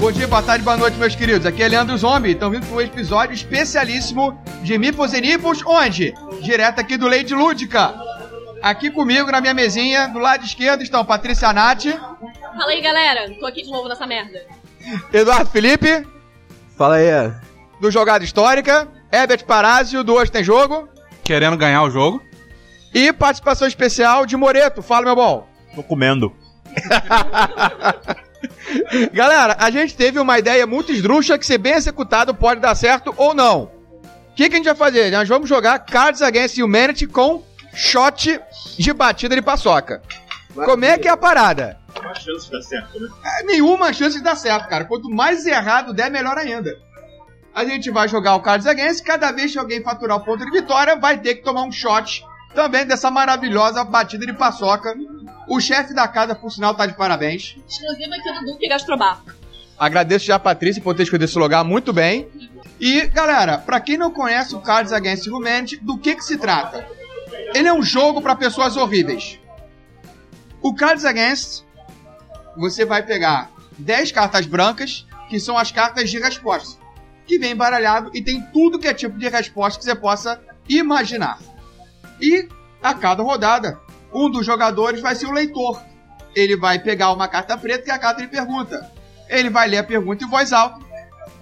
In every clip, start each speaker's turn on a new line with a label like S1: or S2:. S1: Bom dia, boa tarde, boa noite, meus queridos. Aqui é Leandro Zombie. Estão vindo com um episódio especialíssimo de Mipos e Nipos, onde? Direto aqui do Lady Lúdica. Aqui comigo, na minha mesinha, do lado esquerdo, estão Patrícia Nati,
S2: Fala aí, galera. Tô aqui de novo nessa merda.
S1: Eduardo Felipe,
S3: Fala aí. é.
S1: do Jogada Histórica, Herbert Parásio, do Hoje Tem Jogo,
S4: querendo ganhar o jogo.
S1: e participação especial de Moreto. Fala, meu bom.
S3: Tô comendo.
S1: Galera, a gente teve uma ideia muito esdrúxula que, se bem executado, pode dar certo ou não. O que, que a gente vai fazer? Nós vamos jogar Cards Against Humanity com shot de batida de paçoca. Como é que é a parada?
S5: Uma chance de dar certo, né?
S1: É, Nenhuma chance de dar certo, cara. Quanto mais errado der, melhor ainda. A gente vai jogar o Cards Against, cada vez que alguém faturar o ponto de vitória, vai ter que tomar um shot também dessa maravilhosa batida de paçoca. O chefe da casa, por sinal, tá de parabéns.
S2: Exclusivo aqui do Duque Gastrobar.
S1: Agradeço já a Patrícia por ter escolhido esse lugar muito bem. E, galera, pra quem não conhece o Cards Against Humanity, do que que se trata? Ele é um jogo pra pessoas horríveis. O Cards Against, você vai pegar 10 cartas brancas, que são as cartas de resposta, que vem embaralhado e tem tudo que é tipo de resposta que você possa imaginar. E, a cada rodada, um dos jogadores vai ser o leitor. Ele vai pegar uma carta preta, que é a carta de pergunta ele vai ler a pergunta em voz alta.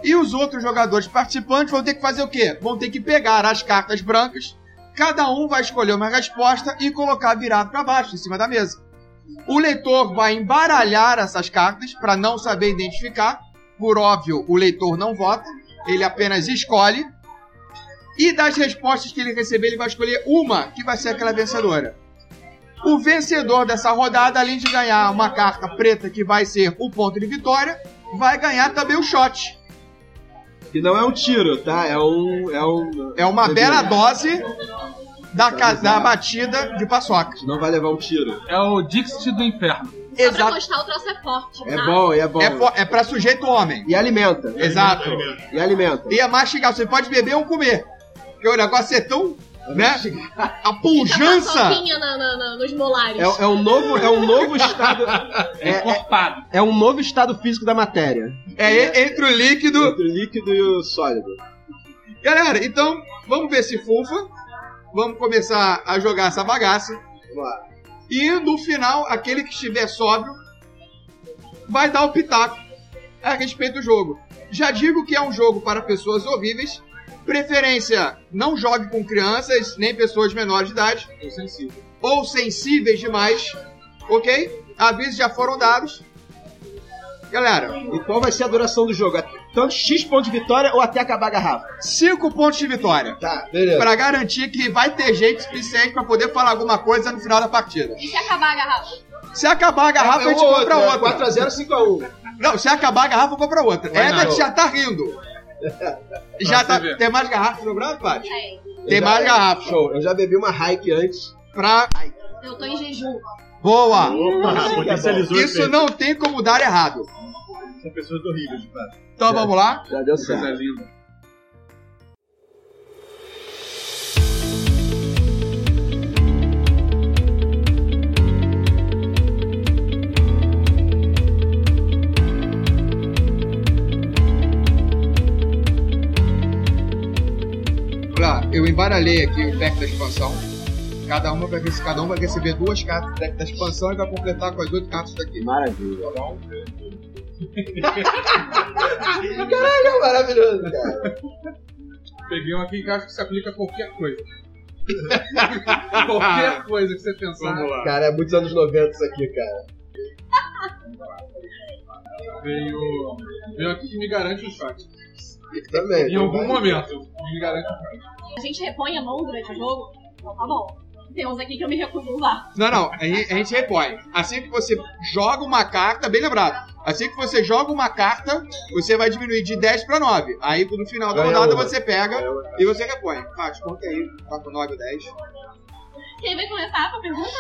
S1: E os outros jogadores participantes vão ter que fazer o quê? Vão ter que pegar as cartas brancas, cada um vai escolher uma resposta e colocar virado para baixo, em cima da mesa. O leitor vai embaralhar essas cartas para não saber identificar. Por óbvio, o leitor não vota, ele apenas escolhe. E das respostas que ele receber, ele vai escolher uma que vai ser aquela vencedora. O vencedor dessa rodada, além de ganhar uma carta preta que vai ser o ponto de vitória, vai ganhar também o shot.
S5: E não é um tiro, tá? É um. É um.
S1: É uma bela dose da, ca- da batida de paçoca.
S5: Não vai levar um tiro.
S4: É o Dixit do inferno.
S2: Só pra
S1: Exato.
S2: constar, o troço é forte,
S5: É
S2: tá?
S5: bom, é bom.
S1: É, fo- é pra sujeito homem.
S5: E alimenta.
S1: Exato.
S5: E alimenta.
S1: E é mastigar. Você pode beber ou comer. Porque o negócio é tão. Né? A
S2: Tá
S1: pujança.
S2: paçoquinha na, na, na, nos molares.
S5: É, é um novo, é um novo estado,
S4: É, encorpado.
S5: é um novo estado físico da matéria.
S1: É e- entre o líquido
S5: Entre o líquido e o sólido.
S1: Galera, então vamos ver se fufa. Vamos começar a jogar essa bagaça. E no final, aquele que estiver sóbrio vai dar o pitaco a respeito do jogo. Já digo que é um jogo para pessoas horríveis. Preferência: não jogue com crianças nem pessoas menores de idade
S5: É sensível.
S1: ou sensíveis demais. Ok? Avisos já foram dados. Galera,
S5: E qual vai ser a duração do jogo? É Tanto X ponto de vitória ou até acabar a garrafa?
S1: 5 pontos de vitória.
S5: Tá, beleza.
S1: Pra garantir que vai ter gente suficiente pra poder falar alguma coisa no final da partida.
S2: E se acabar a garrafa?
S1: Se acabar a garrafa,
S5: É
S1: a gente compra outra.
S6: é
S5: 4x0, 5x1.
S1: Não, se acabar a garrafa, compra outra.
S4: Vai
S1: Herbert
S4: não.
S1: já tá rindo. já
S4: você
S1: tá...
S4: ver.
S1: Tem mais garrafa sobrando, Paty?
S2: É,
S1: Tem mais garrafa.
S5: Show, eu já bebi uma Hike antes.
S1: Pra...
S2: eu tô em jejum.
S1: Boa.
S6: Opa, potencializou
S1: Isso não tem como dar errado.
S6: São pessoas horríveis, de fato. É.
S1: Então vamos lá.
S5: Já deu certo.
S4: linda.
S1: Vamos lá. Eu embaralhei aqui o deck da expansão. Cada, uma vai receber, cada um vai receber duas cartas do deck da expansão e vai completar com as oito cartas daqui.
S5: Maravilha.
S6: Tá
S1: Caralho, maravilhoso, cara.
S4: Peguei um aqui que eu acho que se aplica a qualquer coisa. qualquer coisa que você pensar.
S6: Vamos lá.
S5: Cara, é muitos anos 90 isso aqui, cara.
S4: Veio. Veio aqui que me garante um shot.
S5: Também.
S4: Em algum momento. Me garante um shot.
S2: A gente repõe a mão durante o jogo? Então tá bom. Tem uns aqui que eu me recuso a usar.
S1: Não, não, a gente, a gente repõe. Assim que você joga uma carta, bem lembrado, assim que você joga uma carta, você vai diminuir de 10 pra 9. Aí no final da
S5: Ganha
S1: rodada
S5: uma.
S1: você pega e você repõe. Faz conta aí, tá com 9 ou 10.
S2: Quem vai começar com a pergunta?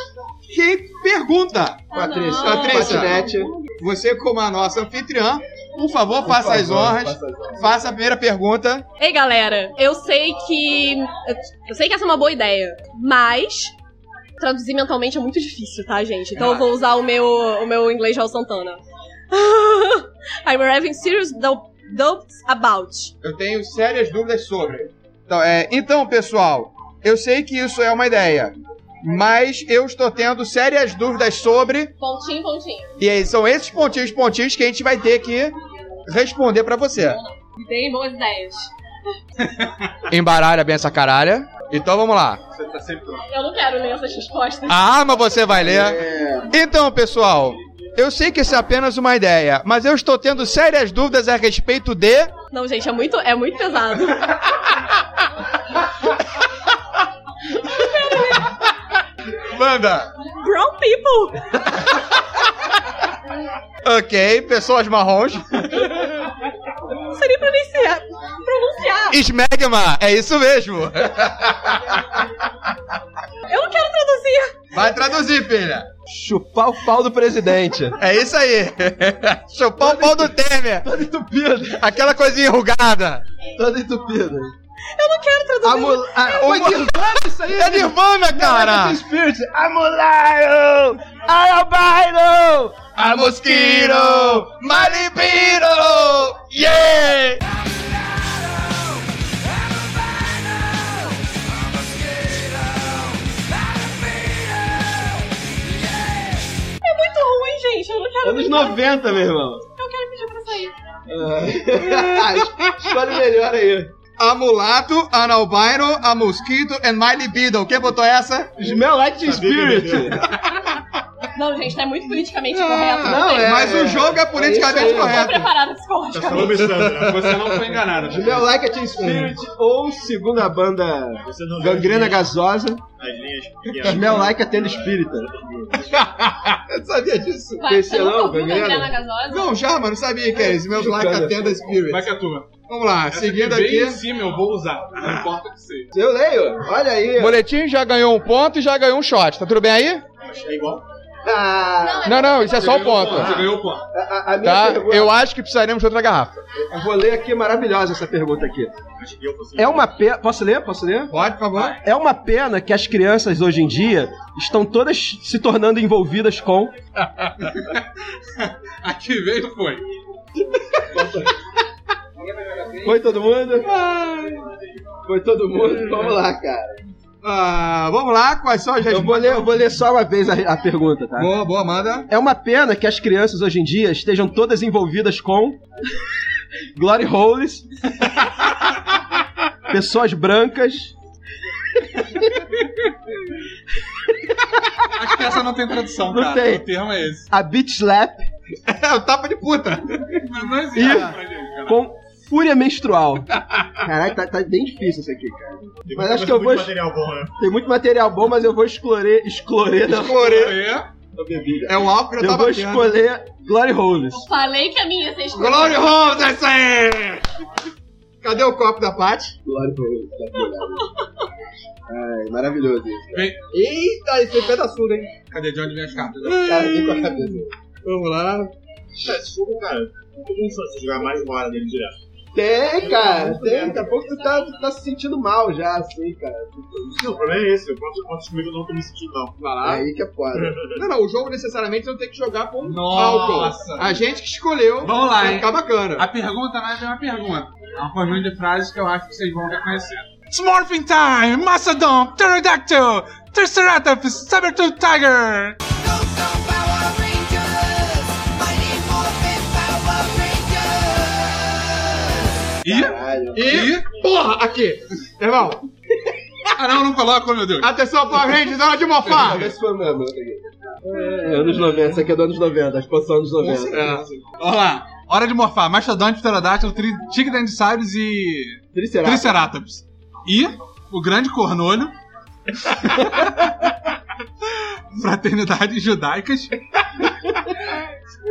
S1: Quem pergunta?
S5: Patrícia,
S2: Ah, não.
S1: Patrícia.
S5: Patinete.
S1: Você, como a nossa anfitriã, por favor, faça as honras, faça a primeira pergunta.
S2: Ei, galera, eu sei que. Eu, eu sei que essa é uma boa ideia, mas. Traduzir mentalmente é muito difícil, tá, gente? Então eu vou usar o meu, o meu inglês Raul Santana. I'm having serious dou- doubts about.
S1: Eu tenho sérias dúvidas sobre. Então, é, então, pessoal, eu sei que isso é uma ideia, mas eu estou tendo sérias dúvidas sobre,
S2: Pontinho, pontinho.
S1: e aí são esses pontinhos, pontinhos que a gente vai ter que responder pra você.
S2: Tem boas ideias.
S1: Embaralha bem essa caralha. Então vamos lá.
S6: Você tá sempre pronto.
S2: Eu não quero ler essas respostas.
S1: A arma você vai ler. Então, pessoal, eu sei que isso é apenas uma ideia, mas eu estou tendo sérias dúvidas a respeito de.
S2: Não, gente, é muito, é muito pesado.
S1: Manda!
S2: Brown people!
S1: Ok, pessoas marrons.
S2: Não sei nem pronunciar. pronunciar.
S1: Smegma, é isso mesmo.
S2: Eu não quero traduzir.
S1: Vai traduzir, filha.
S3: Chupar o pau do presidente.
S1: É isso aí. Chupar o pau do Temer.
S5: Toda entupida,
S1: Aquela coisinha enrugada.
S5: toda entupida. ah,
S2: Eu não quero traduzir.
S5: A mula... A... Foi Nirvana isso aí?
S1: É Nirvana, cara.
S5: Não, Spirit. I'm alive! I'm albino!
S1: A mosquito, malibiro, yeah!
S2: É muito ruim, gente. Eu não quero
S5: Anos
S2: brincar.
S5: 90, meu irmão.
S2: Eu quero pedir pra sair.
S5: Ah, Escolhe melhor aí.
S1: A mulato, an albino, a mosquito and my libido. Quem botou essa?
S5: Smell like the spirit.
S2: Não, gente, tá muito politicamente correto.
S5: não,
S2: tem.
S5: é.
S1: Mas o jogo Ah, é
S5: É
S1: politicamente
S5: isso aí.
S2: Tô
S1: correto.
S2: preparada
S6: Tá
S2: psicológica.
S6: só observando, né? Você não foi enganado.
S5: Smell like the spirit ou segunda banda
S6: Você não leu
S5: gangrena
S6: as
S5: gasosa.
S6: linhas- As linhas pequenas.
S5: Smell like
S1: é
S5: a tenda espírita. Eu sabia disso.
S2: Vai, você nunca
S5: Tecelão,
S2: ouviu Gangrena
S5: gangrena.
S2: Gasosa?
S1: Não, já, mano, sabia que era isso. Meus like tá a tenda
S6: Vai
S1: spirit.
S6: que é tua.
S1: Vamos lá,
S6: Essa
S1: seguindo
S5: é
S6: aqui, bem
S1: aqui.
S6: em cima, eu vou usar. Não importa o que seja.
S5: Eu leio, olha aí.
S1: Boletim já ganhou um ponto e já ganhou um shot. Tá tudo bem aí?
S6: É igual.
S5: Ah,
S1: Não, não, isso é só o ponto.
S6: Você ganhou o ponto.
S5: a, a- a minha
S1: Tá?
S5: pergunta.
S1: Eu acho que precisaremos de outra garrafa.
S5: Eu vou ler aqui, maravilhosa essa pergunta aqui.
S6: Acho que eu consegui.
S5: É uma pena. Posso ler? Posso ler?
S1: Pode, por favor.
S5: É uma pena que as crianças hoje em dia estão todas se tornando envolvidas com.
S6: Aqui veio foi.
S5: Foi todo mundo? Foi todo mundo? Vamos lá, cara.
S1: Ah, vamos lá, quais são as
S5: Eu vou
S1: respostas?
S5: ler, eu vou ler só uma vez a, a pergunta, tá?
S1: Boa, boa, manda.
S5: É uma pena que as crianças hoje em dia estejam todas envolvidas com. Glory holes. pessoas brancas.
S4: Acho que essa não tem tradução,
S5: Não
S4: cara.
S5: tem.
S4: O termo é esse.
S5: A beat slap.
S1: É o tapa de puta.
S4: Mas não existe.
S5: E
S4: pra gente, cara.
S5: com fúria menstrual. Caralho, tá, tá bem difícil isso aqui, cara. Mas
S6: Tem muita
S5: acho que
S6: coisa
S5: eu vou-
S6: muito material bom, né?
S5: Tem muito material bom, mas eu vou escolher. Escolher da
S1: Flore-
S4: É.
S5: bebida.
S1: É o álcool que eu
S5: Eu
S1: tava
S5: vou
S1: batendo.
S5: escolher Glory Holes.
S2: Falei que a minha sexta.
S1: Glory Holmes, é isso aí! Cadê o copo da Paty?
S5: Glory Holes. tá bom. Ai, maravilhoso isso. cara.
S4: Vem.
S5: Eita, isso é pedaçudo, hein?
S4: Cadê de onde vem as cartas?
S5: Cara, vem com a cabeça.
S1: Vamos lá.
S6: É, desculpa, cara. Todo mundo só se jogar mais uma hora dele direto.
S5: Tem, cara, tem. Daqui a pouco tu tá, tu tá se sentindo mal já, assim, cara.
S6: Não, o problema é esse. Eu posso, eu posso comigo, eu não tô me sentindo, não.
S1: Vai lá.
S5: Aí que é foda.
S1: Não, não, o jogo necessariamente não tem que jogar com
S4: Nossa.
S1: álcool. A gente que escolheu.
S4: Vamos lá,
S1: vai
S4: hein?
S1: ficar bacana.
S4: A pergunta mais é uma pergunta. É um conjunto de frases que eu acho que vocês vão reconhecer. Smurfing Time, Mastodon, Pterodactyl, Triceratops, Sabertooth Tiger. E,
S5: Caralho.
S1: E, porra, aqui. Irmão,
S4: ah não, não coloca, meu Deus.
S1: atenção, Power Rangers, hora de mofar.
S5: Esse foi mesmo. É, anos 90, isso aqui é do anos 90, a expansão anos 90.
S4: Olha lá. Hora de morfar. Mastodonte, Pterodáctilo, tri... Tigdendisauros e
S5: Triceratops.
S4: Triceratops. E o grande cornolho. Fraternidades judaicas.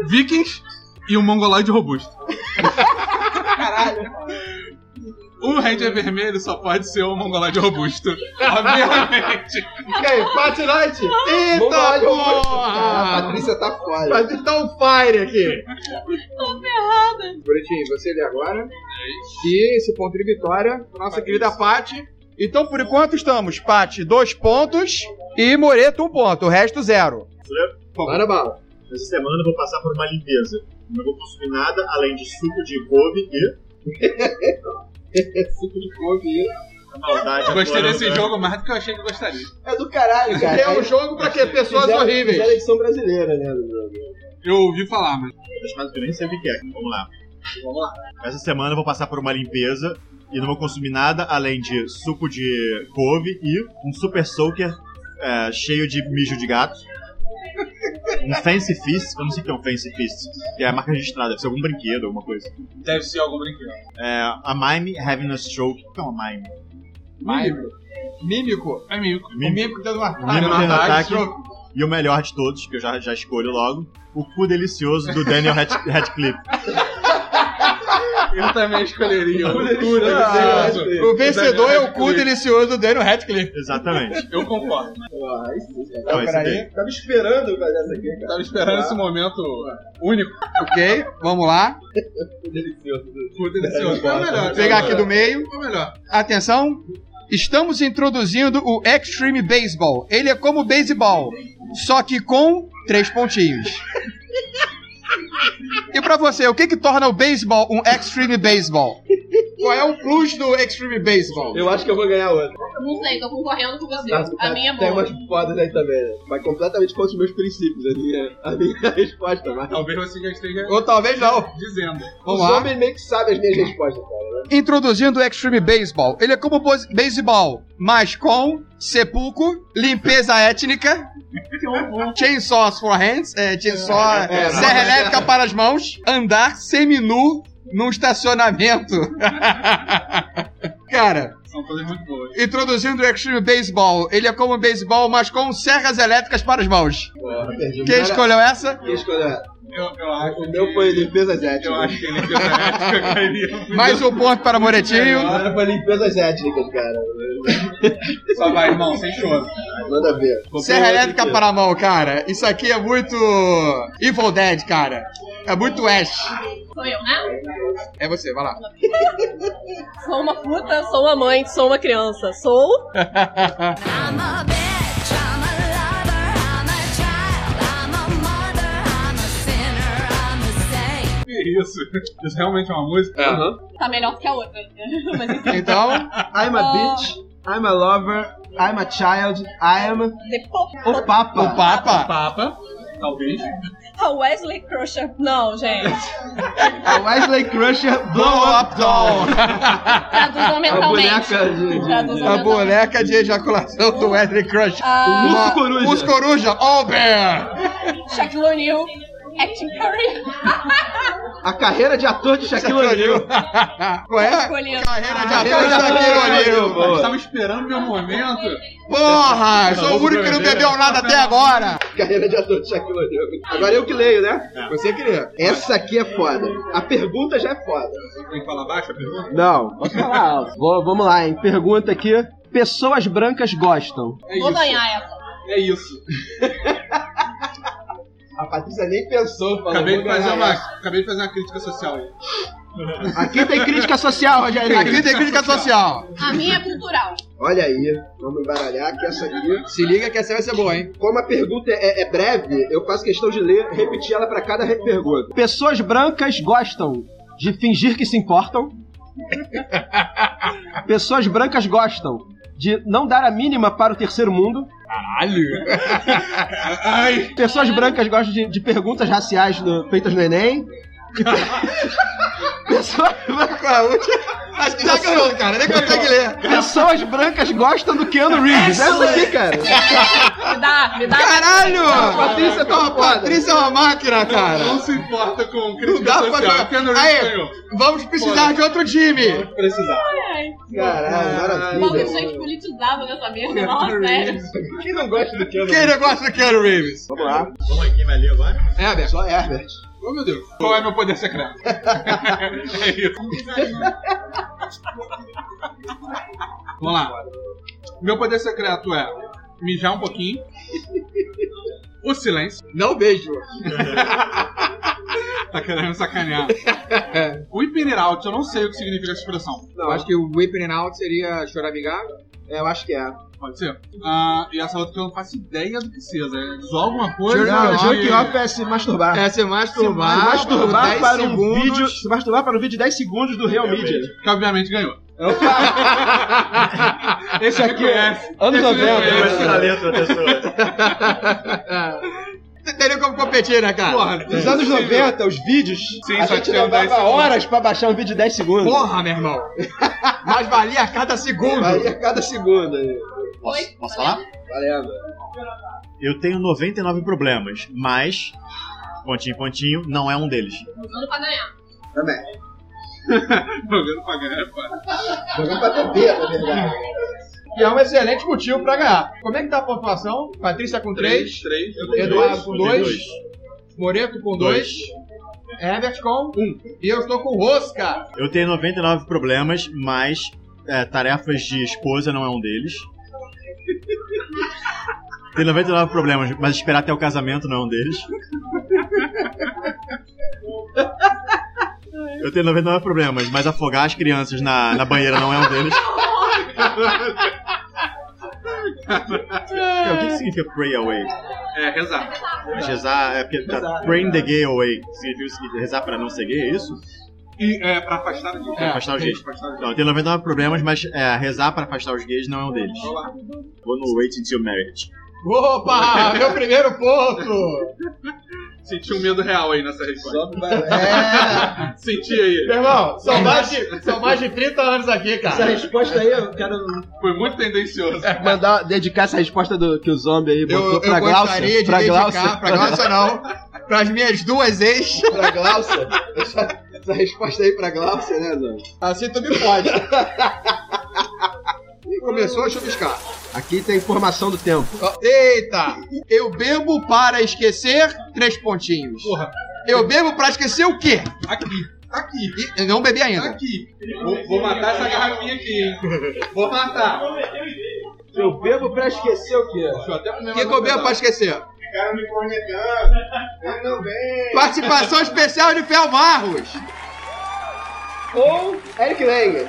S4: Vikings e um mongoloide robusto. Caralho. O Ranger Um vermelho só pode ser um mongoloide robusto. Obviamente.
S1: Ok, Paty Knight.
S5: Vamos lá,
S1: Eita,
S5: eu vou- Ah,
S1: porra.
S5: A Patrícia tá fora.
S1: Patrícia tá on fire aqui.
S2: Tô ferrada.
S1: Bonitinho, você lê agora. E esse ponto de vitória, nossa querida Pati. Então, por enquanto, estamos, Pati, dois pontos e Moreto, um ponto. O resto, zero.
S5: Para bala.
S6: Essa semana eu vou passar por uma limpeza. Não vou consumir nada além de suco de couve e. suco de couve e. A maldade.
S4: Gostei
S6: aflorando.
S4: desse jogo mais do que eu achei que eu gostaria.
S7: É do caralho, cara.
S1: É um jogo pra quê? Pessoas
S7: Fizeram-
S1: horríveis.
S7: fizeram edição brasileira, né? do jogo.
S4: Eu ouvi falar, mas.
S6: Mas quase que eu nem sei o que que é. Vamos lá. Essa semana eu vou passar por uma limpeza e não vou consumir nada além de suco de couve e um super soaker é, cheio de mijo de gato. Um Fancy Fist, eu não sei o que é um Fancy Fist, que é a marca registrada, deve ser algum brinquedo, alguma coisa.
S4: Deve ser algum brinquedo.
S6: É, a Mime Having a Stroke, o que é uma Mime?
S1: Mímico. Mímico.
S4: É mímico.
S1: O mímico dando um
S6: Um
S1: ataque.
S6: Mime
S1: Dando um
S6: tendo
S1: ataque.
S6: ataque, e o melhor de todos, que eu já, já escolho logo, o cu delicioso do Daniel Rad- Radcliffe.
S4: Eu também escolheria. Cultura
S1: Ah,
S4: delicioso.
S1: o vencedor é o cu delicioso do Daniel Radcliffe.
S6: Exatamente.
S4: Eu concordo.
S7: Porra, aí sim, É cara.
S6: Então, esse daí.
S7: Tava esperando fazer essa aqui, cara.
S4: Tava esperando esse momento único.
S1: Ok, vamos lá.
S4: Cu delicioso. É o melhor.
S1: Vou pegar aqui do meio.
S4: É o melhor.
S1: Atenção. Estamos introduzindo o Extreme Baseball. Ele é como o beisebol, só que com três pontinhos. E pra você, o que que torna o beisebol um Extreme Baseball? Qual é o plus do Extreme Baseball?
S7: Eu acho que eu vou ganhar outra.
S2: Não sei, tô concorrendo com você.
S7: Tá-
S2: a
S7: tá-
S2: minha é
S7: Tem
S2: boa.
S7: umas fodas aí também, né? Vai completamente contra os meus princípios,
S5: assim,
S7: a
S5: né?
S7: minha, a minha resposta, mas...
S4: Talvez você já esteja
S1: Ou talvez não.
S4: dizendo.
S1: Vamos
S7: Os
S1: lá.
S7: homens meio que sabem as minhas respostas, cara.
S1: Introduzindo o Extreme Baseball. Ele é como o bos- beisebol, mas com sepulcro, limpeza étnica, chainsaws for hands, é, chainsaw,
S7: É, é,
S1: serra elétrica para as mãos, andar seminu num estacionamento. Cara,
S4: São coisas muito boas.
S1: introduzindo o Extreme Baseball. Ele é como o beisebol, mas com serras elétricas para as mãos.
S7: Porra, perdi.
S1: Quem
S7: Cara,
S1: escolheu essa?
S7: Quem escolheu?
S4: Eu, eu acho.
S7: O meu foi limpezas
S4: Eu
S7: étnicas.
S4: acho que ele fez a ética cairia.
S1: Mais um ponto para Moretinho.
S7: O meu foi limpezas étnicas, cara.
S4: Só vai, irmão, sem choro.
S7: Manda ver.
S1: Serra Elétrica para a mão, cara. Isso aqui é muito Evil Dead, cara. É muito Ash.
S2: Sou eu, né?
S1: É você, vai lá.
S2: Sou uma puta, sou uma mãe, sou uma criança. Sou.
S8: I'm a bitch, I'm a lover, I'm a child, I'm a mother, I'm a sinner, I'm a saint.
S4: Que isso? Isso realmente é uma música?
S2: Tá melhor que a outra. Mas é enfim.
S1: Então,
S5: I'm a bitch, I'm a lover, I'm a child, I am
S2: Depois.
S5: o papa.
S1: o Papa,
S4: Papa, talvez.
S2: A Wesley Crusher. Não, gente.
S5: A Wesley Crusher
S1: Blow Up Doll.
S2: Traduzam
S5: A
S2: mentalmente.
S5: boneca de... de-
S2: Traduzam
S1: A
S2: mentalmente.
S1: boneca de ejaculação do Wesley Crush.
S2: Ah.
S5: Musco Coruja.
S1: Os Coruja, All Bear.
S2: Shaquille O'Neal. Acting Curry.
S5: A carreira de ator de Shaquille O'Neal.
S1: Qual é?
S2: Escolhi.
S1: Carreira de ator Shaquille O'Neal.
S4: Eu estava esperando o meu momento.
S1: Porra, sou o único que não bebeu nada até agora.
S7: Carreira de ator de Shaquille O'Neal. Agora eu que leio, né? Você que lê. Essa aqui é foda. A pergunta já é foda.
S4: Tem que falar baixo a pergunta?
S5: Não, posso falar alto. Vou- Vamos lá, hein. Pergunta aqui. Pessoas brancas gostam.
S4: É
S2: Vou
S4: isso.
S2: ganhar essa.
S4: É isso.
S7: A Patrícia nem pensou. Falou,
S4: Acabei
S7: vou
S4: de, fazer
S7: ganhar
S4: uma,
S7: essa.
S4: acabei de fazer uma crítica social aí.
S5: Aqui tem crítica social, Rogério.
S1: Aqui tem crítica social.
S2: A minha é cultural.
S7: Olha aí. Vamos embaralhar que essa aqui...
S1: Se liga que essa vai ser boa, hein?
S7: Como a pergunta é, é breve, eu faço questão de ler, repetir ela pra cada re- pergunta.
S5: Pessoas brancas gostam de fingir que se importam. Pessoas brancas gostam de não dar a mínima para o terceiro mundo.
S4: Ai,
S5: Pessoas brancas gostam de, de perguntas raciais no- feitas no Enem. E pe- Pessoas, bran-
S1: Acho que já ganhou, Tá, cara. Nem consegue ler.
S5: pessoas brancas gostam do Keanu Reeves. Essa aqui, cara.
S2: Me dá, me dá.
S1: Caralho!
S7: Patrícia tá uma foda.
S1: Patrícia é uma máquina,
S4: não
S1: cara.
S4: se importa com
S1: Não
S4: crítica
S1: dá pra
S4: social.
S1: jogar.
S4: Porque é não ganhou.
S1: Aí, vamos precisar de outro time.
S4: Precisar.
S2: Ai,
S4: Ah,
S7: Caralho,
S2: Mal
S7: maravilha.
S2: que gente politizava nessa merda. Nossa, é. sério.
S7: Quem não gosta do Keanu?
S1: Quem negócio do Keanu Reeves?
S7: Vamos lá.
S6: Vamos aqui, vai ler agora?
S7: Herbert. Só Herbert.
S4: Oh, meu Deus. Qual é meu poder secreto? é isso. Vamos lá. Meu poder secreto é mijar um pouquinho. O silêncio.
S7: Não beijo.
S4: Tá querendo me sacanear. O Whipping Out, eu não sei o que significa essa expressão.
S7: Não, acho
S1: que o Whipping Out seria choramingar.
S7: É, eu acho que é.
S4: Pode ser. Ah, e essa outra que eu não faço ideia do que seja. É só alguma coisa.
S5: Não,
S4: de-
S5: jerk off é se masturbar.
S1: É se masturbar,
S5: se masturbar
S1: por 10
S5: para um
S1: segundos.
S5: vídeo. Se masturbar para um vídeo de 10 segundos do Real Media.
S4: Que obviamente ganhou.
S5: Esse aqui
S4: Conhece.
S3: Anos
S4: Esse
S3: 90.
S5: né?
S6: Mas na letra da pessoa.
S1: Teria como competir, né, cara?
S4: Porra,
S5: Nos anos 90, os vídeos.
S4: Sim,
S5: a
S4: só
S5: gente
S4: tinha
S5: levava
S4: 10 segundos.
S5: horas pra baixar um vídeo de 10 segundos.
S4: Porra, meu irmão.
S1: Mas valia a cada segundo.
S5: Aí a cada segundo. aí.
S6: Posso, posso falar?
S5: Valendo.
S6: Eu tenho 99 problemas, mas. Pontinho, pontinho, não é um deles.
S2: Jogando pra ganhar.
S5: Também.
S4: Jogando pra ganhar é foda.
S5: Jogando pra TV, na verdade.
S1: E é um excelente motivo pra ganhar. Como é que tá a pontuação? Patrícia com 3,
S4: 3.
S1: Eduardo com
S6: Eu tenho
S1: 2, Moreto com 2, Herbert com 1. E eu estou com Rosca.
S6: Eu tenho 99 problemas, mas é, tarefas de esposa não é um deles. Tenho 99 problemas, mas esperar até o casamento não é um deles. Eu tenho 99 problemas, mas afogar as crianças na, na banheira não é um deles. Cara, o que que significa pray away?
S4: É, rezar.
S6: Mas rezar, é porque tá praying the gay away. Significa o seguinte, rezar pra não ser gay, é isso?
S4: E é pra afastar a gente.
S6: Pra afastar os gays.
S4: Afastar a gente.
S6: Então, eu tenho 99 problemas, mas é, rezar para afastar os gays não é um deles.
S4: Vamos lá.
S6: Vou no Wait Until Marriage.
S1: Opa, meu primeiro ponto.
S4: Senti um medo real aí nessa resposta.
S1: É.
S4: Senti aí.
S1: Meu irmão, são mais, de, são mais de 30 anos aqui,
S5: Essa
S1: cara.
S5: resposta aí, eu quero
S4: Foi muito tendencioso.
S5: mandar, dedicar essa resposta do, que o zombie aí
S1: Eu,
S5: botou
S1: eu
S5: pra Glaucia.
S1: gostaria de
S5: pra
S1: dedicar,
S5: Glaucia.
S1: pra Glaucia não, pras minhas duas ex.
S5: pra Glaucia. Essa, essa resposta aí pra Glaucia, né, Zé?
S1: Assim tu me pode. E começou a chuviscar.
S5: Aqui tem informação do tempo.
S1: Ó, Eita! Eu bebo para esquecer três pontinhos.
S4: Porra.
S1: Eu bebo pra esquecer o quê?
S4: Aqui. Aqui.
S1: E eu não bebi ainda.
S4: Aqui. Vou, vou matar essa garrafinha aqui, hein? Vou matar.
S5: Eu bebo pra esquecer o quê?
S4: Deixa eu até comer
S1: O que
S4: mais um
S1: que eu bebo pra
S4: pedaço.
S1: esquecer?
S6: Ficaram me cornetando. Eu também.
S1: Participação especial de Fel Barros.
S5: Ou Eric Langer.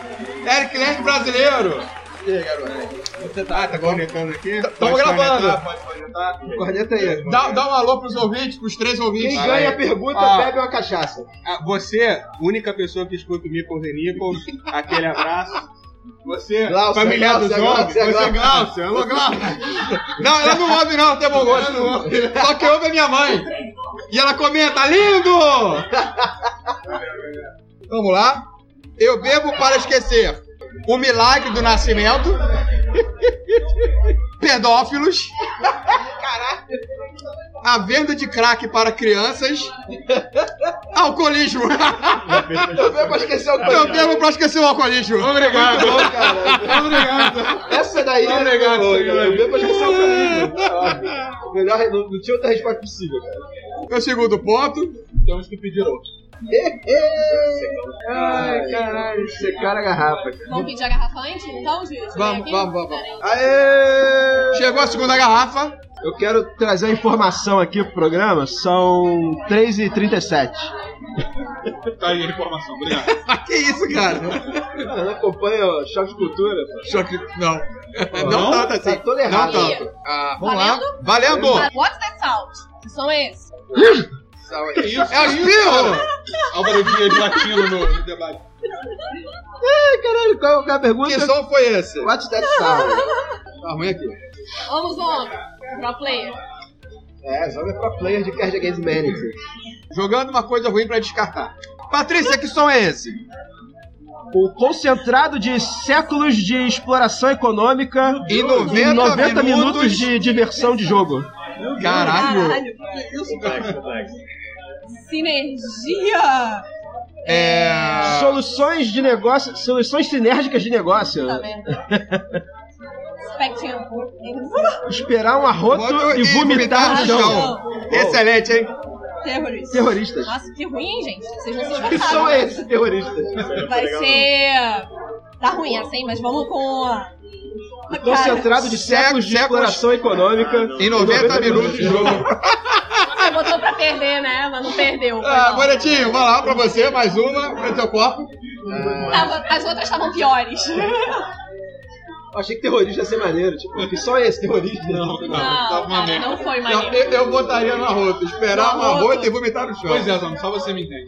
S1: Eric Lenk brasileiro.
S4: Você tá, ah, tá cornetando aqui?
S1: tamo
S4: Pode
S1: gravando.
S4: cornetar, Pode cornetar.
S5: Corneta aí.
S1: Dá, dá um alô pros ouvintes, pros três
S5: Quem
S1: ouvintes.
S5: ganha a pergunta
S4: Ah.
S5: bebe uma cachaça.
S4: Ah, Você, única pessoa que escuta o Nichols e Nichols, aquele abraço. Você,
S5: Glaucia,
S4: familiar do
S5: Glaucia,
S4: Zombie,
S1: é
S4: você,
S5: Glaucia,
S4: Glaucia,
S5: Glaucia.
S4: alô, Glaucia.
S1: Não, ela não ouve, não, tem bom gosto. Só que ouve é minha mãe. E ela comenta, lindo! Vamos lá. Eu bebo para esquecer o milagre do nascimento, pedófilos, a venda de crack para crianças, alcoolismo.
S5: Eu bebo pra esquecer o
S1: Eu bebo para esquecer o alcoolismo.
S4: Obrigado, obrigado.
S5: Essa daí
S7: é
S4: Não, é um obrigado,
S5: boa,
S4: senhor.
S5: cara. Eu bebo pra esquecer o
S4: é.
S5: caminho. Melhor, não, não tinha outra resposta possível, cara.
S1: Meu É segundo ponto.
S4: Temos que pedir outro.
S5: Ai, caralho, secaram a garrafa. cara.
S2: Vamos pedir a garrafa antes, então, Júlio?
S1: Vamos, vamos, vamos, vamos.
S5: Aê!
S1: Chegou a segunda garrafa.
S5: Eu quero trazer a informação aqui pro programa, são 3h37.
S4: Tá aí a informação, obrigado.
S1: Que isso, cara?
S5: Ela acompanha o Choque de Cultura.
S1: Choque. Não. Não, tanto assim.
S5: Tá todo errado.
S1: Não
S2: Aí.
S1: tanto. Ah, vamos lá.
S2: Valendo?
S1: Valendo!
S2: What's that sound? Que som é esse?
S1: É o espirro!
S4: Álvaro Dias latino no, no debate.
S5: Ai, caralho, qual qual é a
S1: Que
S5: pergunta?
S1: som foi esse?
S5: What's that sound?
S1: Tá ruim aqui.
S2: Vamos, vamos. Pro player.
S5: É, só é pra player de Card Against Humanity.
S1: Jogando uma coisa ruim pra descartar. Patrícia, que som é esse?
S5: O concentrado de séculos de exploração econômica
S1: E 90
S5: e 90 minutos,
S1: minutos
S5: de diversão de jogo.
S1: Caralho.
S2: Sinergia!
S1: É.
S5: Soluções de negócio, soluções sinérgicas de negócio.
S2: Puta merda. Spectinho.
S5: Esperar um arroto
S1: Boto
S5: e vomitar no chão.
S1: Excelente, hein?
S2: Terroristas.
S5: Terroristas.
S2: Nossa, que ruim, hein, gente. Vocês não se
S5: Que
S2: esforçaram.
S5: som é esse, terrorista?
S2: Vai ser. Tá ruim essa, hein? Mas vamos com. a- Cara,
S5: Concentrado de séculos de
S1: é séculos-
S5: exploração econômica.
S1: Em 90 minutos de jogo.
S2: você Ah, botou pra perder, né? Mas não perdeu. foi
S1: Ah,
S2: mal.
S1: Bonetinho, vai lá pra você, mais uma, pro teu corpo.
S2: Tá, Tava- as outras estavam piores.
S5: Eu achei que terrorista ia ser maneiro, tipo, que só esse terrorista.
S4: Não, não,
S2: Não,
S4: tava uma
S2: cara,
S4: merda.
S2: não foi
S1: Eu,
S2: maneiro.
S1: eu- eu botaria no arroto, esperar
S2: No
S1: uma
S2: arroto.
S1: arroto e vomitar no chão.
S4: Pois é, Tom, só você me entende.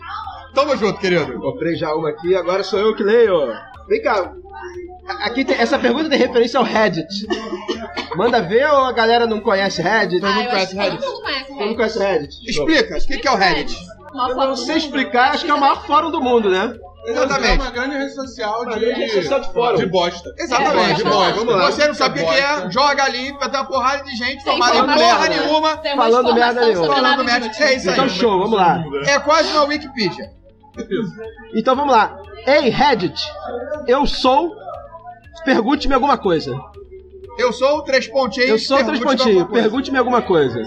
S1: Tamo junto, querido.
S5: Comprei já uma aqui, agora sou eu que leio. Vem cá. a- Aqui tem- essa pergunta tem referência ao Reddit. Manda ver ou a galera não conhece Reddit?
S2: Ah, eu acho
S1: conhece
S2: que
S1: Reddit.
S2: todo mundo conhece
S5: Todo mundo
S2: Reddit.
S5: conhece Reddit?
S1: Explica, o que, que é o Reddit?
S2: Uma
S5: Eu
S2: foto
S5: não
S2: do
S5: sei
S2: mundo.
S5: explicar, acho que é o maior fórum do mundo, né?
S4: É
S1: Exatamente.
S4: uma grande rede social de.
S5: grande rede social de fórum.
S4: bosta.
S1: Exatamente,
S2: É,
S1: bosta.
S5: vamos lá.
S1: Você não sabe o que que é,
S4: Bosta.
S1: joga ali, vai ter uma porrada de gente
S2: Tem
S1: formada em
S5: falando
S1: porra
S2: É.
S5: merda.
S1: nenhuma,
S2: Tem uma
S5: Falando
S2: informação
S5: merda nenhuma.
S2: sobre
S1: falando
S2: nada de
S1: merda.
S2: notícia.
S1: É isso aí.
S5: Então show, vamos lá.
S1: É quase uma Wikipedia.
S5: Então vamos lá. Ei, Reddit, eu sou. Pergunte-me alguma coisa.
S1: Eu sou o Três Pontinhos.
S5: Eu sou o
S1: pergunte
S5: Transpontinho,
S1: alguma coisa.
S5: pergunte-me alguma coisa.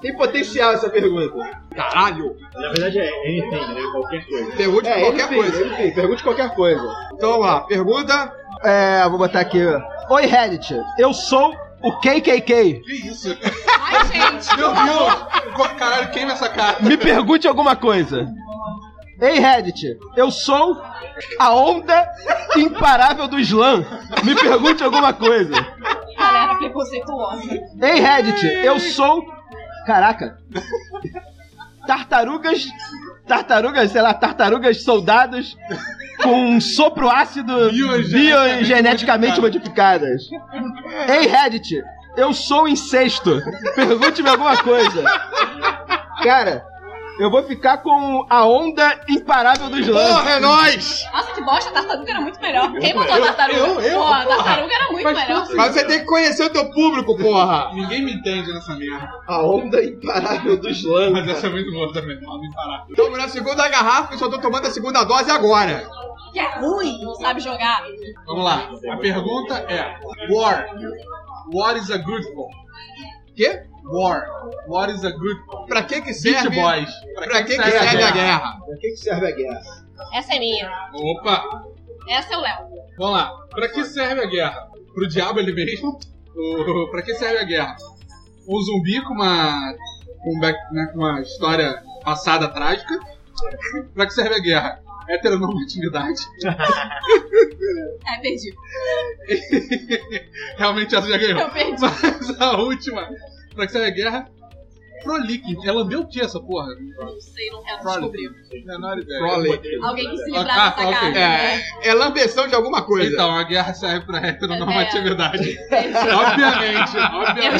S7: Tem potencial essa pergunta.
S6: Na verdade é anything, né? Qualquer coisa.
S1: Pergunte
S5: É,
S7: É,
S1: qualquer
S7: enfim,
S1: coisa.
S7: Enfim, pergunte qualquer coisa.
S1: Então vamos lá, pergunta.
S5: É, vou botar aqui. ó. Oi, Reddit, eu sou o KKK.
S4: Que isso?
S2: Ai, gente.
S4: Meu Deus! Caralho, queima essa cara.
S5: Me pergunte alguma coisa. Ei, Reddit, eu sou a onda imparável do Islã. Me pergunte alguma coisa.
S2: Galera preconceituosa.
S5: Ei, Reddit, eu sou. Caraca. Tartarugas. Tartarugas, sei lá, tartarugas soldados com um sopro ácido
S4: Biogeneticamente
S5: biogeneticamente modificadas. Ei, Reddit, eu sou incesto. Pergunte-me alguma coisa. Cara, eu vou ficar com a onda imparável dos lãs.
S1: Porra, é nóis!
S2: Nossa, que bosta, a tartaruga era muito melhor. Quem botou a tartaruga?
S4: eu- eu,
S2: Pô, a
S4: porra.
S2: tartaruga era muito
S4: Faz
S2: melhor.
S4: todo
S1: Mas você tem que conhecer o teu público, porra!
S4: Ninguém me entende nessa merda.
S7: A onda imparável do slam.
S4: Mas essa é muito boa também. Não me parar.
S1: Tamo na segunda garrafa e só tô tomando a segunda dose agora.
S2: Que é ruim, não sabe jogar.
S4: Vamos lá. A pergunta é: War. What is a good for?
S1: Quê?
S4: War. What is a good for?
S1: Pra que que serve?
S4: Beat Boys.
S1: Pra que que serve a guerra?
S7: Pra que, que serve a guerra?
S2: Essa é minha.
S4: Opa!
S2: Essa é o Léo.
S4: Vamos lá. Pra que serve a guerra? Pro diabo ele mesmo? Ou- Pra que serve a guerra? Um zumbi com uma. com, um back- né, com uma história passada trágica? Pra que serve a guerra? É Heteronormatividade.
S2: É, perdi.
S4: Realmente essa já ganhou.
S2: Eu perdi.
S4: Mas a última. Pra que serve a guerra? Frolicking. Ela deu o que essa porra?
S2: Não sei, não quero descobrir.
S4: Frolicking. Menor ideia.
S1: Frolic.
S2: Alguém que se
S4: Ah,
S2: livrar
S1: tá,
S2: dessa
S4: ok.
S2: cara. né?
S1: É, é lambeção de alguma coisa.
S4: Então, a guerra serve pra heteronormatividade. obviamente,
S1: É.
S2: Eu
S4: obviamente.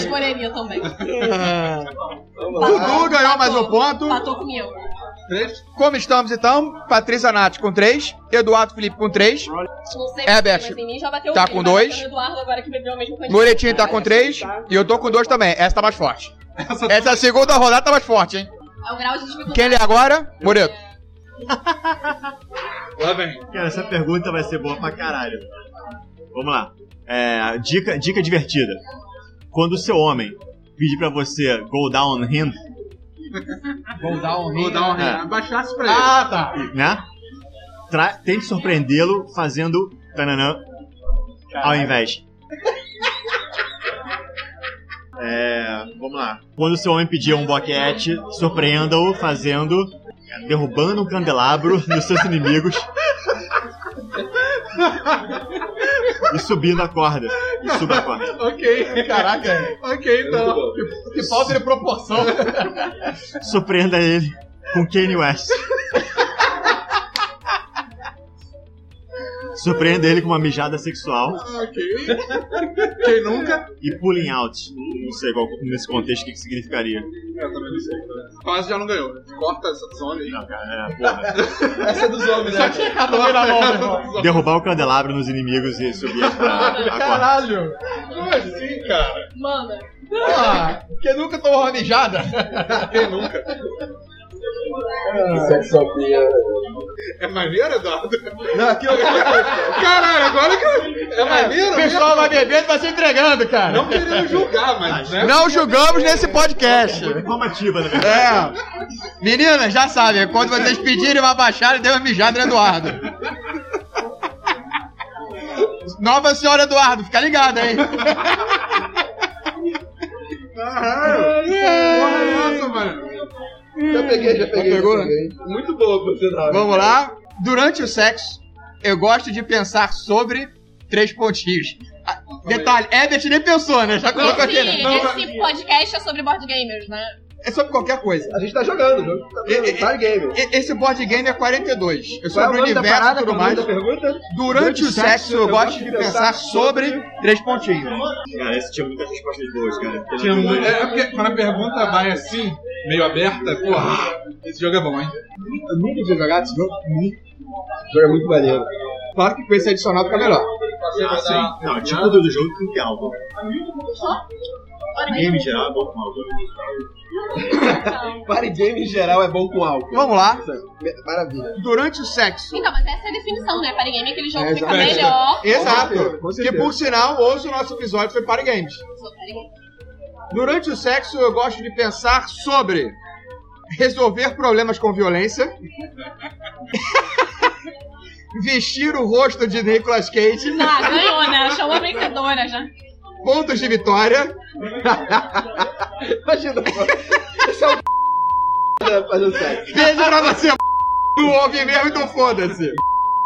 S2: escolheria também.
S1: Dudu ganhou mais um
S2: Empatou.
S1: ponto.
S2: Empatou comigo.
S4: Três.
S1: Como estamos então? Patrícia Nath com 3, Eduardo Felipe com 3,
S2: Não sei
S1: É,
S2: porquê,
S1: Beth.
S2: mas em mim já bateu um
S1: Tá
S2: o
S1: com
S2: Mas
S1: dois.
S2: o Eduardo agora que bebeu a mesma quantidade.
S1: Moretinho tá com 3 e eu tô com 2 também. Essa tá mais forte. Essa segunda rodada tá mais forte, hein?
S2: É o grau de dificuldade.
S1: Quem lê agora? Moreto.
S4: Lá vem.
S6: Cara, essa pergunta vai ser boa pra caralho. Vamos lá. É, dica, dica divertida. Quando o seu homem pedir pra você go down him,
S1: Vou dar um
S4: Vou dar um
S6: É.
S4: re- Baixasse pra ele.
S1: Ah, tá.
S6: né? Tra tente surpreendê-lo fazendo tananã ao invés. É, vamos lá. Quando o seu homem pedir um boquete, surpreenda-o fazendo derrubando um candelabro dos seus inimigos e subindo a corda. E suba a corda.
S4: Ok.
S1: Caraca,
S4: Ok, então.
S1: que falta de proporção.
S6: Surpreenda ele com Kanye West. Surpreenda ele com uma mijada sexual.
S5: Ah,
S4: Ok. Quem nunca?
S6: e pulling out. Não sei qual, nesse contexto o que, que significaria.
S4: Eu também não sei. Quase já não ganhou. né? Corta essa zona aí.
S6: Não, cara, é, porra.
S5: Essa é dos homens, né?
S6: Derrubar o candelabro nos inimigos e subir a, a, a corda.
S1: Caralho.
S4: Como assim, cara?
S2: Manda.
S1: Ah, que nunca tomou uma mijada.
S4: Quem nunca? É maneiro, Eduardo?
S5: Não, aqui eu- então.
S4: Caralho, agora que. É maneiro,
S1: O
S4: né?
S1: pessoal vai tá- bebendo e vai se entregando, cara.
S4: Não querendo julgar, mas.
S5: Ah,
S4: Né?
S1: Não julgamos nesse podcast.
S6: Foi informativa, na verdade.
S1: É. Meninas, já sabem, quando vocês pedirem uma baixada, dê uma mijada no Eduardo. Nova senhora Eduardo, fica ligado, hein?
S4: Nossa, mano.
S7: Já peguei, já peguei.
S1: pegou?
S7: já peguei. Muito boa, você
S1: Vamos lá. Durante o sexo, eu gosto de pensar sobre Três pontinhos. Ah, Detalhe, Ebert nem pensou, né? Já colocou aqui, né?
S2: Esse, esse podcast é sobre board gamers, né?
S1: É sobre qualquer coisa.
S7: A gente tá jogando, viu? Tá
S1: E-
S7: vendo?
S1: e-
S7: Tá game.
S1: E- Esse board game é 42. É
S7: Qual é o
S1: sobre o
S7: nome da
S1: universo
S7: parada
S1: e tudo
S7: Qual é o nome
S1: mais.
S7: da pergunta?
S1: Durante o sexo, eu gosto de pensar sobre três pontinhos.
S6: Cara, esse tipo tinha muitas respostas boas, cara. Porque
S4: Tinha
S6: não-
S4: muito- É é porque quando a pergunta vai assim, meio aberta, porra, esse jogo é bom, hein?
S7: Eu nunca tinha jogado esse jogo. Nunca. O jogo é muito maneiro. Claro que com esse adicional fica melhor.
S6: Assim, não, tipo do, do jogo tem que ter algo. Game em geral é bom com algo.
S7: Party game em geral é bom com álcool.
S1: Vamos lá.
S7: Maravilha.
S1: Durante o sexo.
S2: Então, mas essa é a definição, né? Party game é aquele jogo que
S7: É,
S2: fica
S7: exatamente.
S2: melhor.
S1: Exato.
S7: certeza, com
S1: Que
S7: certeza.
S1: por sinal, hoje o nosso episódio foi para games. Durante o sexo, eu gosto de pensar sobre resolver problemas com violência, vestir o rosto de Nicolas Cage,
S2: Ah, ganhou, né? Achou uma vencedora já.
S1: pontos de vitória,
S7: Imagina. pô. Esse é o p... fazendo sexo.
S1: beijo pra você, não ouve mesmo, então foda-se.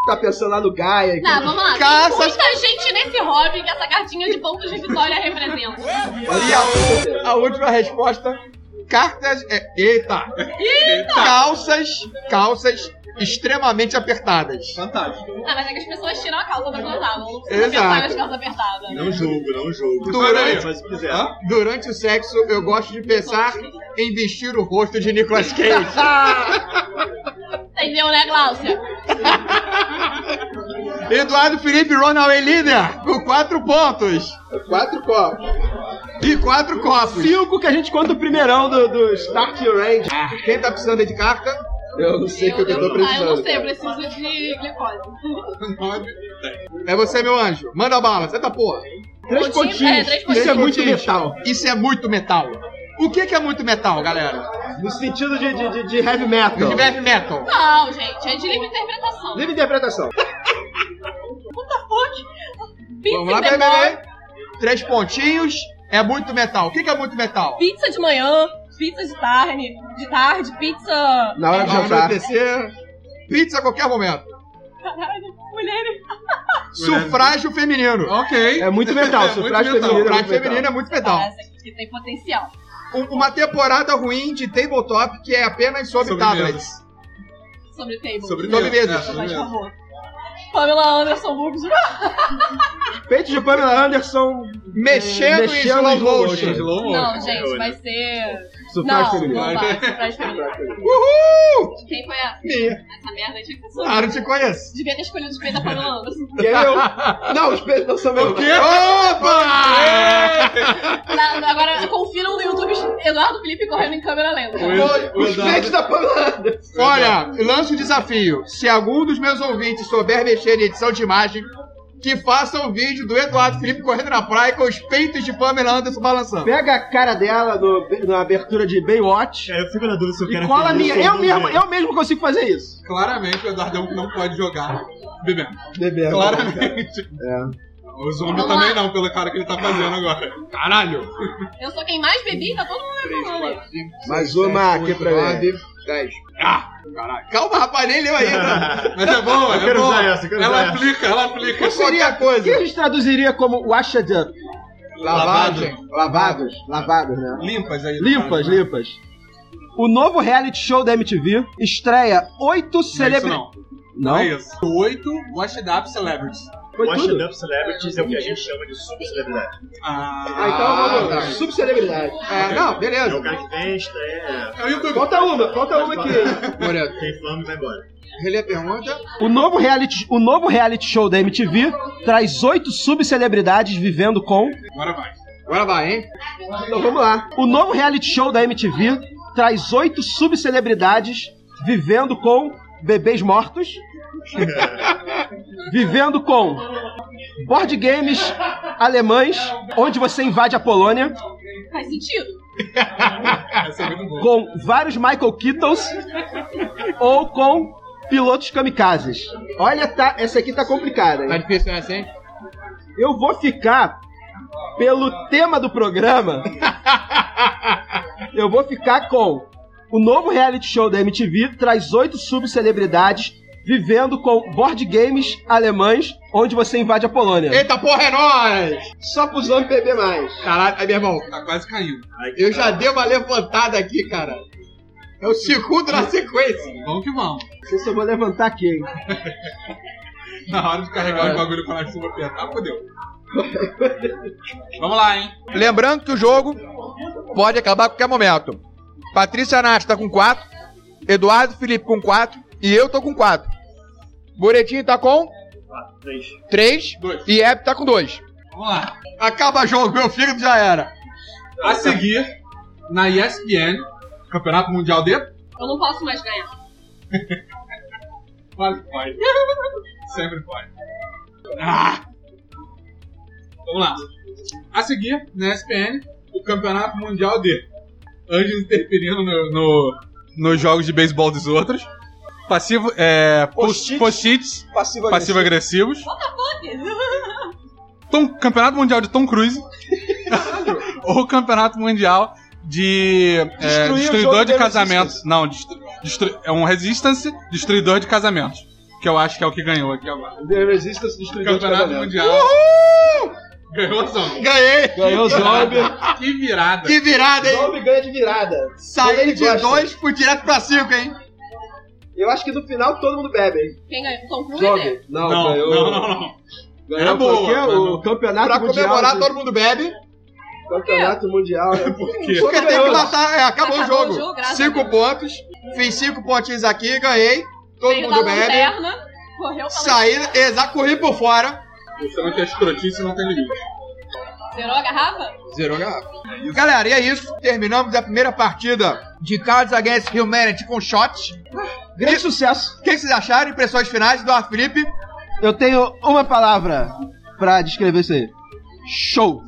S7: Tá pensando lá no Gaia. que-
S2: Não, vamos lá.
S1: Caça-
S2: Tem muita gente nesse hobby que essa cartinha de pontos de vitória representa.
S1: E a, a última resposta: cartas. É, eita! Calças, calças extremamente apertadas.
S7: Fantástico.
S2: Ah, mas é que as pessoas tiram a calça pra transar. Não precisa
S1: Exato.
S2: pensar nas calças apertadas.
S6: Não é jogo, não jogo.
S1: Durante-
S6: Faz o que quiser.
S1: Durante o sexo, eu gosto de pensar em vestir o rosto de Nicolas Cage.
S2: Entendeu, né, Glaucia?
S1: Eduardo Felipe Ronald é líder com quatro pontos
S7: Quatro copos.
S1: e quatro copos.
S5: Cinco que a gente conta o primeirão do, do Start Your Range.
S1: Quem tá precisando aí de carta?
S7: Eu não sei o que eu tô
S2: ah, eu não
S7: precisando.
S2: sei, eu preciso de glicose.
S1: É você, meu anjo. Manda bala, você tá porra.
S5: Três
S2: Pontinho, é,
S5: pontinhos.
S2: três
S5: Isso é
S2: pontinhos.
S5: muito metal.
S1: Isso é muito metal. O que, que é muito metal, galera?
S5: No sentido de, de, de- de heavy metal.
S1: De heavy metal.
S2: Não, gente, é de livre interpretação.
S7: Livre interpretação.
S2: Puta fonte.
S1: Vamos lá,
S2: Pizza de manhã,
S1: bebê. Três pontinhos. É muito metal. O que, que é muito metal?
S2: pizza de manhã, pizza de tarde, de tarde, pizza.
S5: Na hora de
S1: Ao
S5: jantar.
S1: anoitecer, pizza a qualquer momento.
S2: Caralho, mulheres.
S1: Sufrágio feminino.
S4: Ok.
S5: É muito metal.
S1: Não,
S5: Sufrágio feminino. é
S1: Sufrágio
S5: muito metal.
S1: feminino é muito metal.
S2: Parece que tem potencial.
S1: Um- Uma temporada ruim de tabletop que é apenas sobre,
S4: Sobre
S1: tablets.
S2: Sobre o table.
S4: Sobre
S1: Sobremesas.
S4: É,
S2: Por
S4: sobremesa.
S2: favor. Pamela Anderson Burgos.
S5: Peito de Pamela Anderson.
S1: Mexendo, em
S5: É, Mexendo
S1: slow
S5: em slow
S1: motion.
S5: motion.
S4: Slow motion.
S2: Não, gente, vai ser.
S5: Sufrágio
S2: Não,
S5: feminino.
S2: não vai. Sufrágio feminino.
S1: Uhul!
S2: Quem foi essa?
S1: Minha.
S2: Essa merda tinha que ser sua.
S1: Claro, te conheço.
S2: Devia ter escolhido os peitos da Pamela Anderson.
S7: Que eu... Não, os peitos não são meus.
S1: Opa!
S2: Na- agora, confiram no YouTube Eduardo Felipe correndo em câmera lenta.
S4: O
S7: Os
S4: Eduardo-
S7: peitos da Pamela Anderson.
S1: Olha, lanço o desafio. Se algum dos meus ouvintes souber mexer em edição de imagem, que faça um vídeo do Eduardo Felipe correndo na praia com os peitos de Pamela Anderson balançando.
S5: Pega a cara dela no- na abertura de Baywatch.
S6: Cara, eu fico na dúvida se eu quero né?
S5: E cola a
S6: feliz
S5: minha.
S6: ou
S5: Eu
S6: não
S5: mesmo,
S6: ver.
S5: eu mesmo consigo fazer isso.
S4: Claramente o Eduardo é um que não pode jogar bebendo.
S7: Bebendo.
S4: Claramente. O zumbi
S2: Vamos lá.
S4: também não, pelo cara que ele tá fazendo agora. Caralho!
S2: Eu sou quem mais bebi, tá todo mundo reclamando. aí.
S5: Mais uma aqui pra mim.
S1: 10. Calma, rapaz, nem leu ainda.
S4: Mas é bom,
S6: Eu
S4: é
S6: quero
S4: bom.
S6: usar essa, eu quero
S4: ela
S6: usar essa.
S4: aplica, ela aplica.
S1: Seria
S5: O que
S1: coisa.
S5: a gente traduziria como washed up?
S1: Lavagem.
S5: Lavados. Lavados, né?
S4: Limpas aí.
S5: Limpas, limpas. O novo reality show da MTV estreia oito celebridades.
S4: Não,
S5: Não?
S4: é isso. Oito Watch It Up Celebrities.
S5: Foi
S6: Washed
S5: tudo?
S6: Up Celebrities é o que a gente chama de subcelebridade.
S4: Ah,
S7: Ah, então vamos lá.
S1: tá.
S7: Subcelebridade.
S1: É, não,
S6: É o
S1: beleza.
S6: cara que festa, é...
S4: é o YouTube.
S7: Falta uma, falta uma aqui.
S1: Moreto,
S6: tem fama e vai embora.
S1: relê a pergunta.
S5: O novo, reality, o novo reality show da MTV traz oito subcelebridades vivendo com.
S4: Agora vai.
S1: Agora vai, hein?
S7: Então vamos lá.
S5: O novo reality show da MTV traz oito subcelebridades vivendo com bebês mortos. vivendo com board games alemães, onde você invade a Polônia,
S2: Faz sentido.
S4: Essa é muito boa.
S5: com vários Michael Keatons ou com pilotos kamikazes.
S7: Olha, tá, essa aqui tá complicada,
S1: Tá
S7: hein?
S1: difícil essa, hein?
S5: Eu vou ficar pelo tema do programa. eu vou ficar com o novo reality show da MTV traz oito subcelebridades vivendo com board games alemães, onde você invade a Polônia.
S1: Eita porra, é nóis!
S7: Só pros homens beber mais.
S1: Caralho, aí, meu irmão,
S4: Tá quase caindo.
S1: eu já dei uma levantada aqui, cara. É o segundo na sequência.
S4: Vamos que vamos.
S5: Não sei se eu vou levantar aqui, hein?
S4: Na hora de carregar os bagulho pra lá de cima apertar, fodeu. Vamos lá, hein?
S1: Lembrando que o jogo pode acabar a qualquer momento. Patrícia Nath tá com 4, Eduardo Felipe com 4 e eu tô com 4. Boretinho tá com
S6: Três.
S1: 3
S4: Dois.
S1: e Hebe tá com 2.
S4: Vamos lá.
S1: Acaba jogo, meu fígado já era.
S4: A seguir, na ESPN, Campeonato Mundial de.
S2: Eu não posso mais ganhar.
S4: Claro que pode. Sempre pode. Ah! Vamos lá. A seguir, na ESPN, o Campeonato Mundial de. Anjos interferindo no, no- nos jogos de beisebol dos outros. Passivo. É.
S5: Post-its.
S4: Post-its.
S5: Passivo
S4: Passivo-agressivos.
S2: Foda-se.
S4: Tom, campeonato Mundial de Tom Cruise. ou Campeonato Mundial de. é,
S5: Destruir o
S4: destruidor
S5: jogo
S4: de
S5: do
S4: casamentos.
S5: Resistance.
S4: Não, destru- destru- é um Resistance Destruidor de Casamentos. Que eu acho que é o que ganhou aqui agora.
S5: The Resistance destruidor de
S4: Campeonato
S5: casamento.
S4: Mundial. Ganhou a zombie.
S1: Ganhei!
S5: Ganhou o Zombie.
S4: Que virada.
S1: Que virada, hein?
S5: Zombie ganha de virada.
S1: Saí
S5: Ele
S1: de
S5: gosta.
S1: 2, fui direto pra 5, hein?
S5: Eu acho que no final todo mundo bebe, hein?
S2: Quem ganhou? Tom Cruise?
S5: Zombie. Não,
S4: Não,
S5: ganhou.
S4: não, não, não.
S5: Ganhou
S1: É
S4: Era boa,
S5: o quê?
S4: mas não.
S5: o campeonato
S1: Pra
S5: mundial.
S1: comemorar,
S5: de-
S1: todo mundo bebe.
S5: Campeonato mundial. né?
S4: quê?
S1: Porque tem que
S5: ganhou.
S1: matar. É, acabou,
S2: Acabou
S1: o
S2: o jogo,
S1: jogo.
S2: graças
S1: 5
S2: a Deus.
S1: pontos. Fiz 5 pontinhos aqui, ganhei. Todo
S2: Veio da
S1: mundo bebe.
S2: lanterna, correu pra
S1: Saí, exato, corri por fora.
S4: Você não tem escrotice, não tem limite.
S2: Zerou a garrafa?
S1: Zerou a garrafa. Galera, e é isso. Terminamos a primeira partida de Cards Against Humanity com shot.
S5: Grande sucesso.
S1: O que vocês acharam? Impressões finais do Ar Felipe?
S5: Eu tenho uma palavra pra descrever isso aí. Show.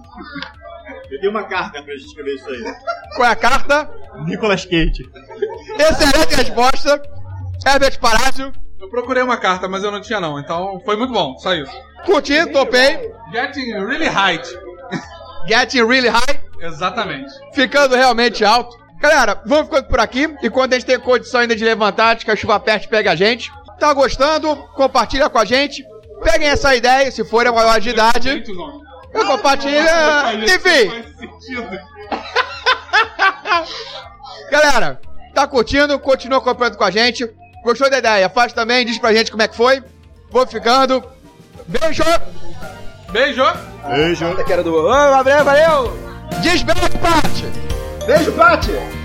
S6: Eu tenho uma carta Ah, pra gente escrever isso aí.
S1: Qual é a carta?
S6: Nicolas Cage.
S1: Excelente resposta. Herbert Parácio.
S4: Eu procurei uma carta, mas eu não tinha não. Então foi muito bom, só isso.
S1: Curti, topei.
S4: Getting really height.
S1: Getting really high.
S4: Exatamente.
S1: ficando realmente alto. Galera, vamos ficando por aqui. E quando a gente tem condição ainda de levantar, de que a chuva peste pega a gente. Tá gostando? Compartilha com a gente. Peguem essa ideia, se forem maior de idade.
S4: Muito bom.
S1: Eu compartilho. é, Enfim,
S4: Faz sentido.
S1: galera, tá curtindo? Continua acompanhando com a gente. Gostou da ideia? Faz também, diz pra gente como é que foi. Vou ficando. Beijo!
S4: Beijo.
S6: Beijo.
S5: Até que era do. Ô, Gabriel, valeu!
S1: Desbeijo, Paty!
S5: Beijo, Paty!